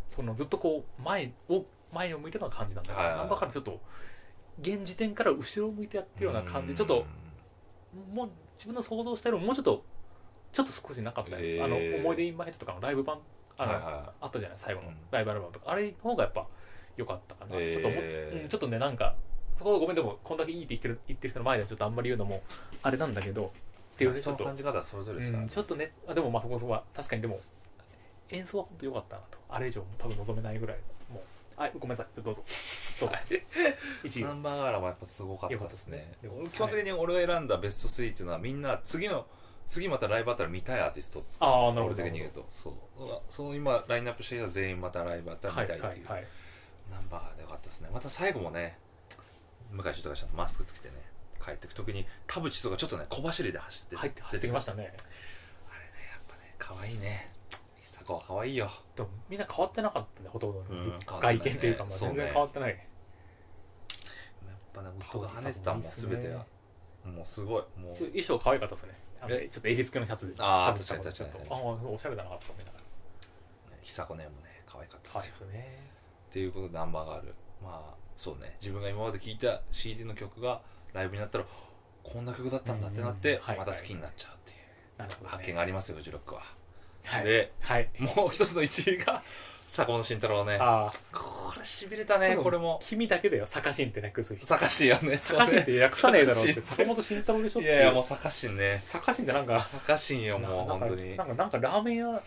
そのずっとこう前を前を向いてるような感じなんだけど、はいはいナンバーからちょっと現時点から後ろを向いてやってるような感じちょっともう自分の想像したよりももうちょっとちょっと少しなかったよ、へーあの思い出インマイヘッドとかのライブ版うあんの、はいはあったじゃない最後のうんライブアルバムとか、あれの方がやっぱ良かったかな、へーちょっと思っ、うん、ちょっとねなんかそこはごめんでもこんだけいいって言ってる言ってる人の前ではちょっとあんまり言うのもあれなんだけどっていうねいち人ょのっと、感じ方はそれぞれですからうんちょっとねあでもまあそこそこは確かにでも演奏は本当良かったなとあれ以上も多分望めないぐらいもうあごめんなさいちょっとどうぞどうぞ 一位ナンバーガールはやっぱすごかったですねよかった俺ですね基本的に俺が選んだベスト3っていうのはみんな次の次またライブあったら見たいアーティストってああなるほ俺ど的に言うとそうその今ラインナップしていた全員またライブあったらは見いたはいっいてはいいうナンバーガールよかったですねまた最後もね向井とかしたマスクつけてね帰ってく時に田淵とかちょっとね小走りで走って入って走ってきましたあねれねやっぱね可愛いね久子は可愛いよでもみんな変わってなかったねほとんど、うん変わってない外ね見というか、まあ、そうね全然変わってない、やっぱね音が跳ねてたもん田淵さんもいいっ全すねてがもうすごいもう衣装可愛かったですねあのえちょっと襟付けのシャツであー被ってたもん確かに確かにちょっとあーおしゃれだなと思いながら久子ねもね可愛かった可で愛すいよですねっていうことでナンバーガールまあそうね自分が今まで聴いた CD の曲がライブになったらこんな曲だったんだってなっうんてうんはいまた好きになっちゃうっていなるほうど、ね、発見がありますよフジロックは、はい、ではい、もう一つの1位が坂本慎太郎ねああこれしびれたねこれも君だけだよサカシンって訳す人坂慎よねサカシンって訳さねえだろうってサカシン 坂本慎太郎でしょそっうてねいやいやもう坂慎ねサカシンってなんか坂慎よもうなんか本当になんかなんかラーメン屋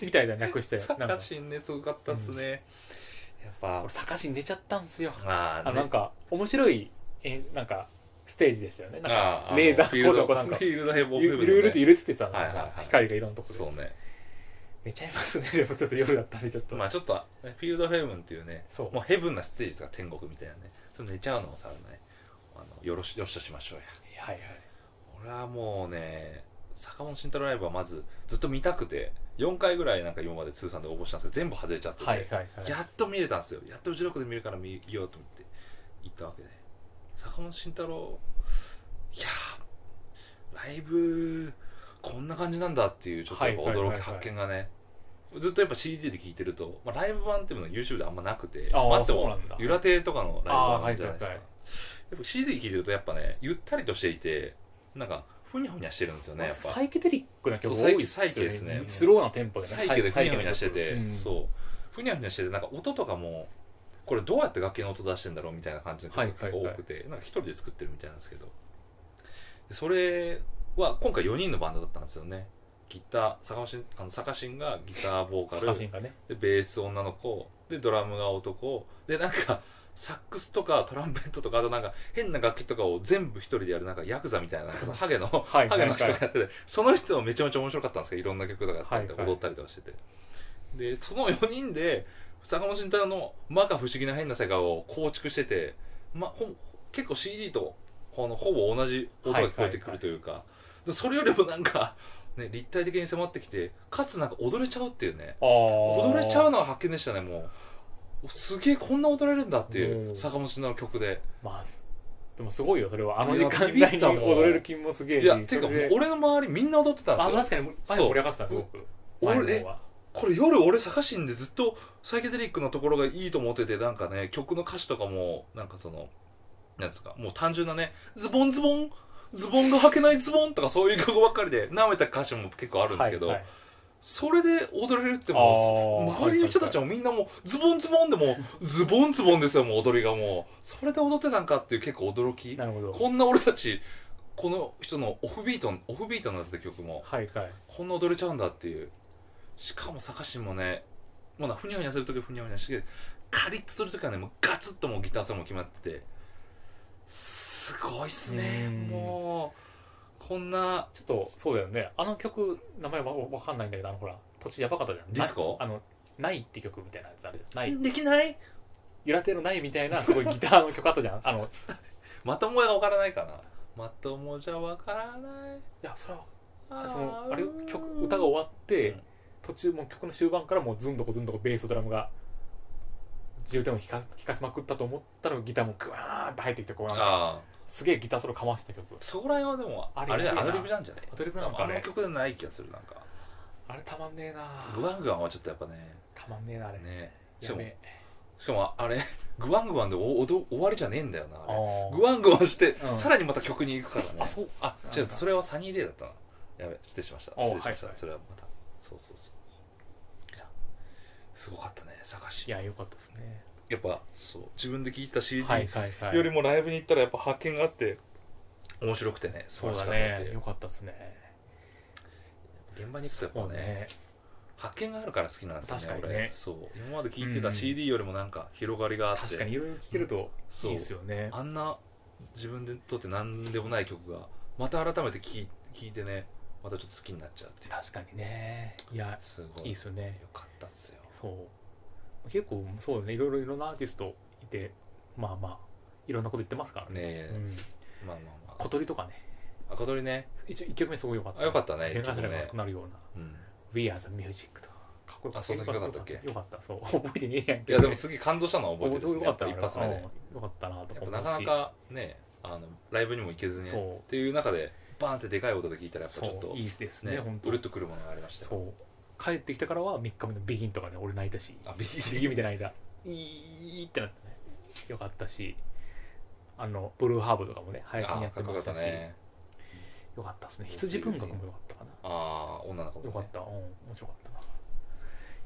みたいな略してなん坂か慎ねすごかったっすね、やっぱ俺サカシン出ちゃったんすよああのなんかか面白いえなんかステージでしたよねなんかああレーザーフィールド工場なんかフィールドヘボゆフェブゆるゆると揺れててたのはいはいがはい光がいろんなとこでそうね寝ちゃいますねで もちょっと夜だったんでちょっと、まあちょっとフィールドヘブンっていうねそうもうヘブンなステージとか天国みたいなねそれ寝ちゃうのをさねあのよろしよしとしましょうやはいはい俺はもうね坂本慎太郎ライブはまずずっと見たくて4回ぐらいなんか今まで通算で応募したんですけど全部外れちゃってて、はいはいはいやっと見れたんですよやっとフジロックで見るから見ようと思って行ったわけで坂本慎太郎いやーライブこんな感じなんだっていうちょっとやっぱはいはいはい驚はいき発見がね、ずっとやっぱ CD で聴いてると、まあ、ライブ版っていうのは YouTube であんまなくてあーまあってそうもなんだゆら亭とかのライブ版じゃないですか、あーはいはいはいやっぱ CD で聴いてるとやっぱねゆったりとしていてなんかふにゃふにゃしてるんですよねやっぱサイケデリックな曲そう多いっサイケですねスローなテンポでサイケでふにゃふにゃしてて、うんそうふにゃふにゃしててなんか音とかもこれどうやって楽器の音出してんだろうみたいな感じの曲がはいはいは多いくて、なんか一人で作ってるみたいなんですけどでそれは今回4人のバンドだったんですよねギター坂本慎あの坂慎がギターボーカル写真がねでベース女の子でドラムが男でなんかサックスとかトランペットとかあとなんか変な楽器とかを全部一人でやるなんかヤクザみたいななんかハゲのはいハゲの人はがいやっててその人もめちゃめちゃ面白かったんですけどいろんな曲とかやってはいてはい踊ったりとかしてて、でその4人で坂本慎太郎の「摩訶不思議な変な世界」を構築してて、ま、ほ結構 CD とほのほぼ同じ音が聞こえてくるというか、でそれよりもなんか、ね、立体的に迫ってきてかつなんか踊れちゃうっていうねああ踊踊れちゃうののは発見でしたねもうすげえこんな踊れるんだっていうんう坂本慎太郎の曲でまあでもすごいよそれはあのい時や間ビビっ帯にたもん踊れる気もすげえしいやていうかそもれうで俺の周りみんな踊ってたんあですよ確かに前盛り上がってたすごく俺前の方はこれ夜俺坂んでずっとサイケデリックのところがいいと思っててなんかね曲の歌詞とかもなんかそのなんですかもう単純なねズボンズボンズボンが履けないズボンとかそういう曲ばっかりで舐めた歌詞も結構あるんですけど、はいはいそれで踊れるってもうあー周りの人たちもみんなもうズボンズボンでもうズボンズボンですよもう踊りがもうそれで踊ってたんかっていう結構驚きなるほどこんな俺たちこの人のオフビートオフビートになってた曲もはいはいこんな踊れちゃうんだっていうしかも坂氏もねもうなふにゃふにゃするときはふにゃふにゃしてカリッとするときはねもうガツッともうギターソロも決まっててすごいっすねうんもうこんなちょっとそうだよねあの曲名前わわかんないんだけどあのほら途中やばかったじゃんディスコなあのないって曲みたいなやつあるじゃんないできないゆらてのないみたいなすごいギターの曲あったじゃんあのいまともがわからないかなまともじゃわからないやそれはーそのあれ曲歌が終わって、うん途中もう曲の終盤からもうずんどこずんどこベースとドラムが重点を引か引かせまくったと思ったらギターもグワーンって入ってきてこうなんかああすげえギターソロかましてた曲そこら辺はでもああれれやべえなアドリブなんじゃないアドリブなのかああのれ曲でない気がするなんかあれたまんねえなグワングワンはちょっとやっぱねたまんねえなあれねしやかべもえしかもあれ グワングワンでおおど終わりじゃねえんだよなああれーグワングワンして、うんさらにまた曲に行くからあねそうあなんだ違うそれはサニーデーだったなやべ失礼しましたお失礼しました、はいはいそれはまたそうそうそういやすごかったね坂い氏やよかったですねやっぱそう自分で聴いた CD はいはいはいよりもライブに行ったらやっぱ発見があって面白くてね素晴そうらしかだったっていねうよかったですね現場に行くとやっそうぱねね発見があるから好きなんですよね確かにね俺そう今まで聴いてうたん CD よりもなんか広がりがあって確かにいろいろ聴けるといそういですよねあんな自分でとって何でもない曲がまた改めて聴い聞いてねまたちょっと好きになっちゃうっていう確かにねいやすごいいいですよねよかったっすよそう結構そうだねいろいろいろんなアーティストいてまあまあいろんなこと言ってますからねねえう、ん、まあまあま小鳥とかねああ小鳥ね一1曲目すごい良かったあ良かったね変一換さ曲れ目が熱くなるようなうん「We Are the Music」とかかっこよかあそんな曲だったっけよかったそう覚えてねえやんいやでもすげえ感動したのは覚えてる覚っすえてよねやかったぱ一っ発目でやよかったなとかっ思ぱなうしかなかねあのライブにも行けずにそうっていう中でバーンってでかい音で聴いたらやっぱちょっそとういいですねね本当うるっとくるものがありましたよそう帰ってきたからは3日目の「ビギンとかね俺泣いたしあビ「ビギン見てない間「いい」ってなってねよかったしあのブルーハーブとかもね配信やあっかてっこまよしかたったしねよかったですね羊文学もよかったかなああ女の子よもかっねた、うん、面白かったな。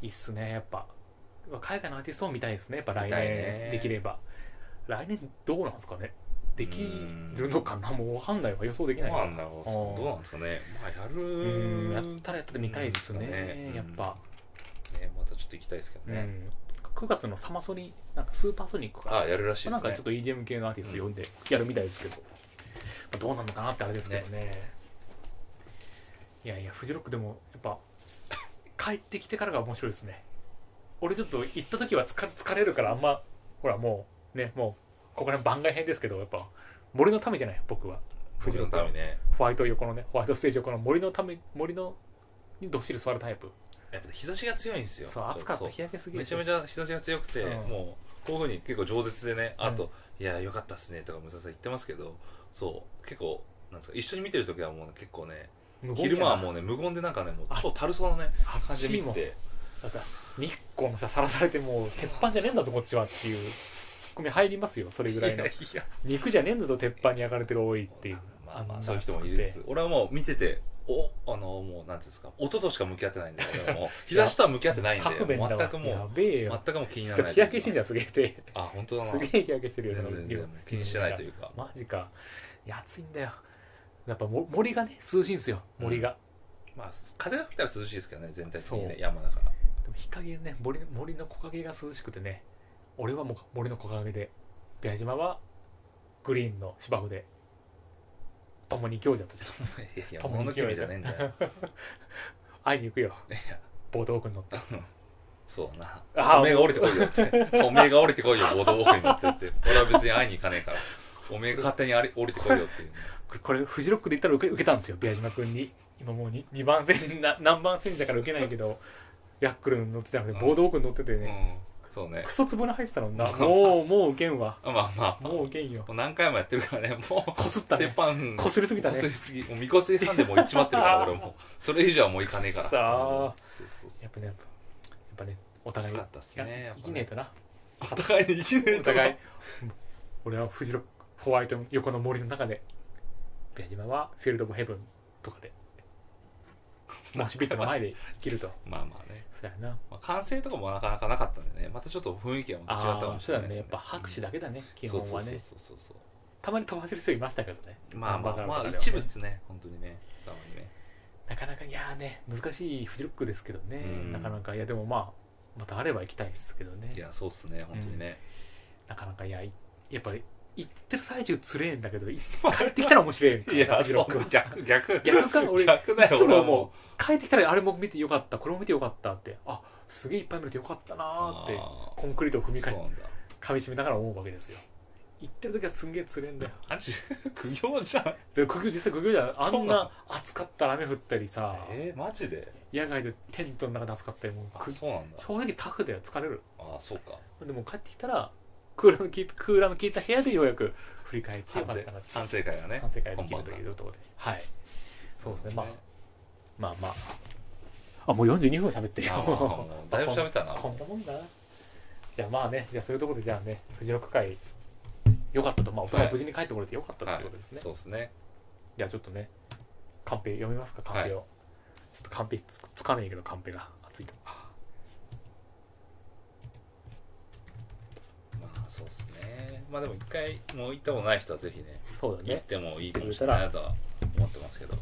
いいっすね、やっぱ。海外のアーティストを見たいですね、やっぱ来見たい年ねできれば。来年どうなんですかねできるのかなもうわかんないわ、予想できどうないわなんだろううんどうなんですかねまあやうるん、やったらやったで見たいですね、うんやっぱ。ねまたちょっと行きたいですけどうねん。9月のサマソニ、なんかスーパーソニックかなあやるらしいなでんすかちょねっと EDM 系のアーティスト呼んでやるみたいですけど。どうなんのかなってあれですけどねいやいやフジロックでもやっぱ 帰ってきてからが面白いですね俺ちょっと行った時は疲れ疲れるからあんまほらもうねもうここら辺番外編ですけどやっぱ森のためじゃない僕はフジロックはためねホワイト横のねホワイトステージ横の森のため森のにどっしり座るタイプやっぱ日差しが強いんですよそう暑かったそう日焼けすぎめるちゃめちゃ日差しが強くて、うんもうこういうふうに結構饒舌でねうんあと、いや良かったっすねとか武蔵さん言ってますけどそう結構なんですか一緒に見てる時はもうね結構ね昼間はもうね無言でなんかねもう超たるそうなね感じで見ててなんか日光のささらされてもう鉄板じゃねえんだぞこっちはっていうツッコミ入りますよそれぐいらやいいのや肉じゃねえんだぞ鉄板に焼かれてる多いっていうまあまんあなそういう人もいるです俺はもう見てておあのもうなんていうんですか音としか向き合ってないんで俺は もう日差しとは向き合ってないんで各面だわ全くもやうべえ全よくもう気になちらなょっとい日焼けしてんじゃんすげえてあ本当だなすげえ日焼けしてるよ全その然全然気にしてないというかマジかいや暑いんだよやっぱも森がね涼しいんですよ森が、まあ風が吹いたら涼しいですけどね全体的にそねう山だからでも日陰ね森の森の木陰が涼しくてね俺はもう森の木陰で宮島はグリーンの芝生で共に行事だったじゃんいやいや、多分物のけじゃねえんだよ。 会いに行くよいや、ボートウォークに乗ってそうだあな。おめえが降りてこいよって。おめえが降りてこいよ、ボードウォークに乗ってって。俺は別に会いに行かねえから。おめえが勝手にあり降りてこいよっていう。これこれフジロックで言ったら受け受けたんですよ宮島君に今もう 2, 二番線 な何番線だから受けないけどヤックルに乗ってたのでボードウォークに乗っててうね、ん。そうねク。ソ粒の入ってた のなもうもう受けんわまあまあ。もうも受けんよう何回もやってるからね、もう。こすった鉄ね板。こすりすぎたねこすりすぎ。もう、みこすり半でもう行っちまってるから、俺はもう。それ以上はもう行かねえから。くそーそうそうそう。やっぱねやっぱやっぱねお互い暑かったっすいねや。やっ生ぱきねえねとな お互いに生きねえおと。互い 俺はフジロックホワイトの横の森の中で宮島はフィールド・オブ・ヘブンとかでマッシュビットの前で生きると まあまあね。そやなまあ、完成とかもなかなかなかったんでね、またちょっと雰囲気が違ったあかあもーしそうれだないですね。ねやっぱ拍手だけだね基そう本はねそうそうそうそうたまに飛ばせる人いましたけどねまあまハンバーガあーまとあかではね一部ですね本当にねたまにねなかなかいやーね難しいフジロックですけどねうんなかなかいやでもまあまたあれば行きたいですけどねいやそうっすね本当にね、なかなかいやいやっぱり行ってる最中つれえんだけどい帰ってきたら面白いからいやフジロそックはう逆逆逆か俺逆だよいつも俺はも帰ってきたらあれも見てよかったこれも見てよかったってあすげえいっぱい見れてよかったなうーってあーコンクリートを踏みかそうなんだ噛みしめながら思うわけですよ行ってる時はすんげえつれえんだよあれ苦行じゃんで苦行実際苦行じゃないあそうんななの暑かったら雨降ったりさえー、マジで野外でテントの中で暑かったりもうあくそうなんだ正直タフだよ疲れるあそうかでも帰ってきたらクーラーの効いたクーラーの効いた部屋でようやく振り返って反よかっ省たなって反省会がね反省会できるというところではいそうですねまあまあまああもう42分喋ってるあーもようだいぶ喋ったなこんなもんだなじゃあまあねじゃあそういうところでじゃあねフジロック会よかったとまあお互い無事に帰ってこれてよかったということですね、そうですねじゃあちょっとねカンペ読みますかカンペを、ちょっとカンペつつかねえけどカンペが熱いとまあそうですねまあでも一回もう行ったことない人はぜひねそうだ行っねてもいいかもしれないなとは思ってますけど。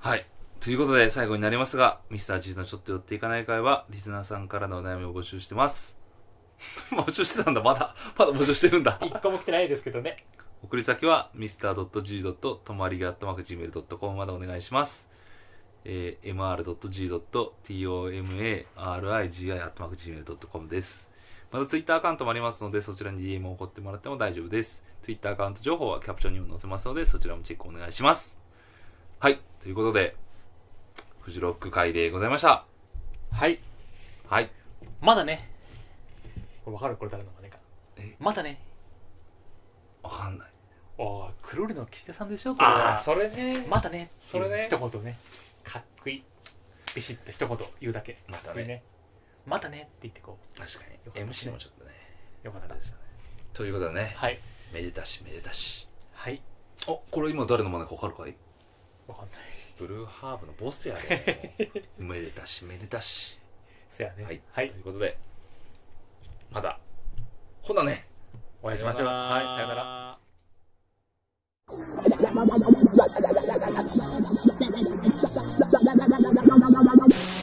はい。ということで、最後になりますが、ミスター G のちょっと寄っていかない会は、リスナーさんからのお悩みを募集してます。 募集してたんだ、まだ。まだ募集してるんだ。一個も来てないですけどね送り先は mr.g.tomari.gmail.com までお願いします。えー、mr.g.tomarigi.gmail.com です。またツイッターアカウントもありますので、そちらに DM を送ってもらっても大丈夫です。ツイッターアカウント情報はキャプションにも載せますので、そちらもチェックお願いします。はい。ということで、フジロック会でございました。はいはい。まだねこれわかるこれ誰の真似かえまだねわかんない。おー黒りの岸田さんでしょこれああ、はそれね。まだねそれねっていう一言ねかっこいいビシッと一言言うだけまかたっこいいね。ねまたねって言ってこ確かよかに。った MC もちょっとね。うよかっあたれでしたね。ということでね、はいめでたしめでたし。はいあこれ今誰の真似か分かるかいわかんないブルーハーブのボスやで めでたしめでたしそやねはい、はいということでまだほなねお会いしましょうはいさよならら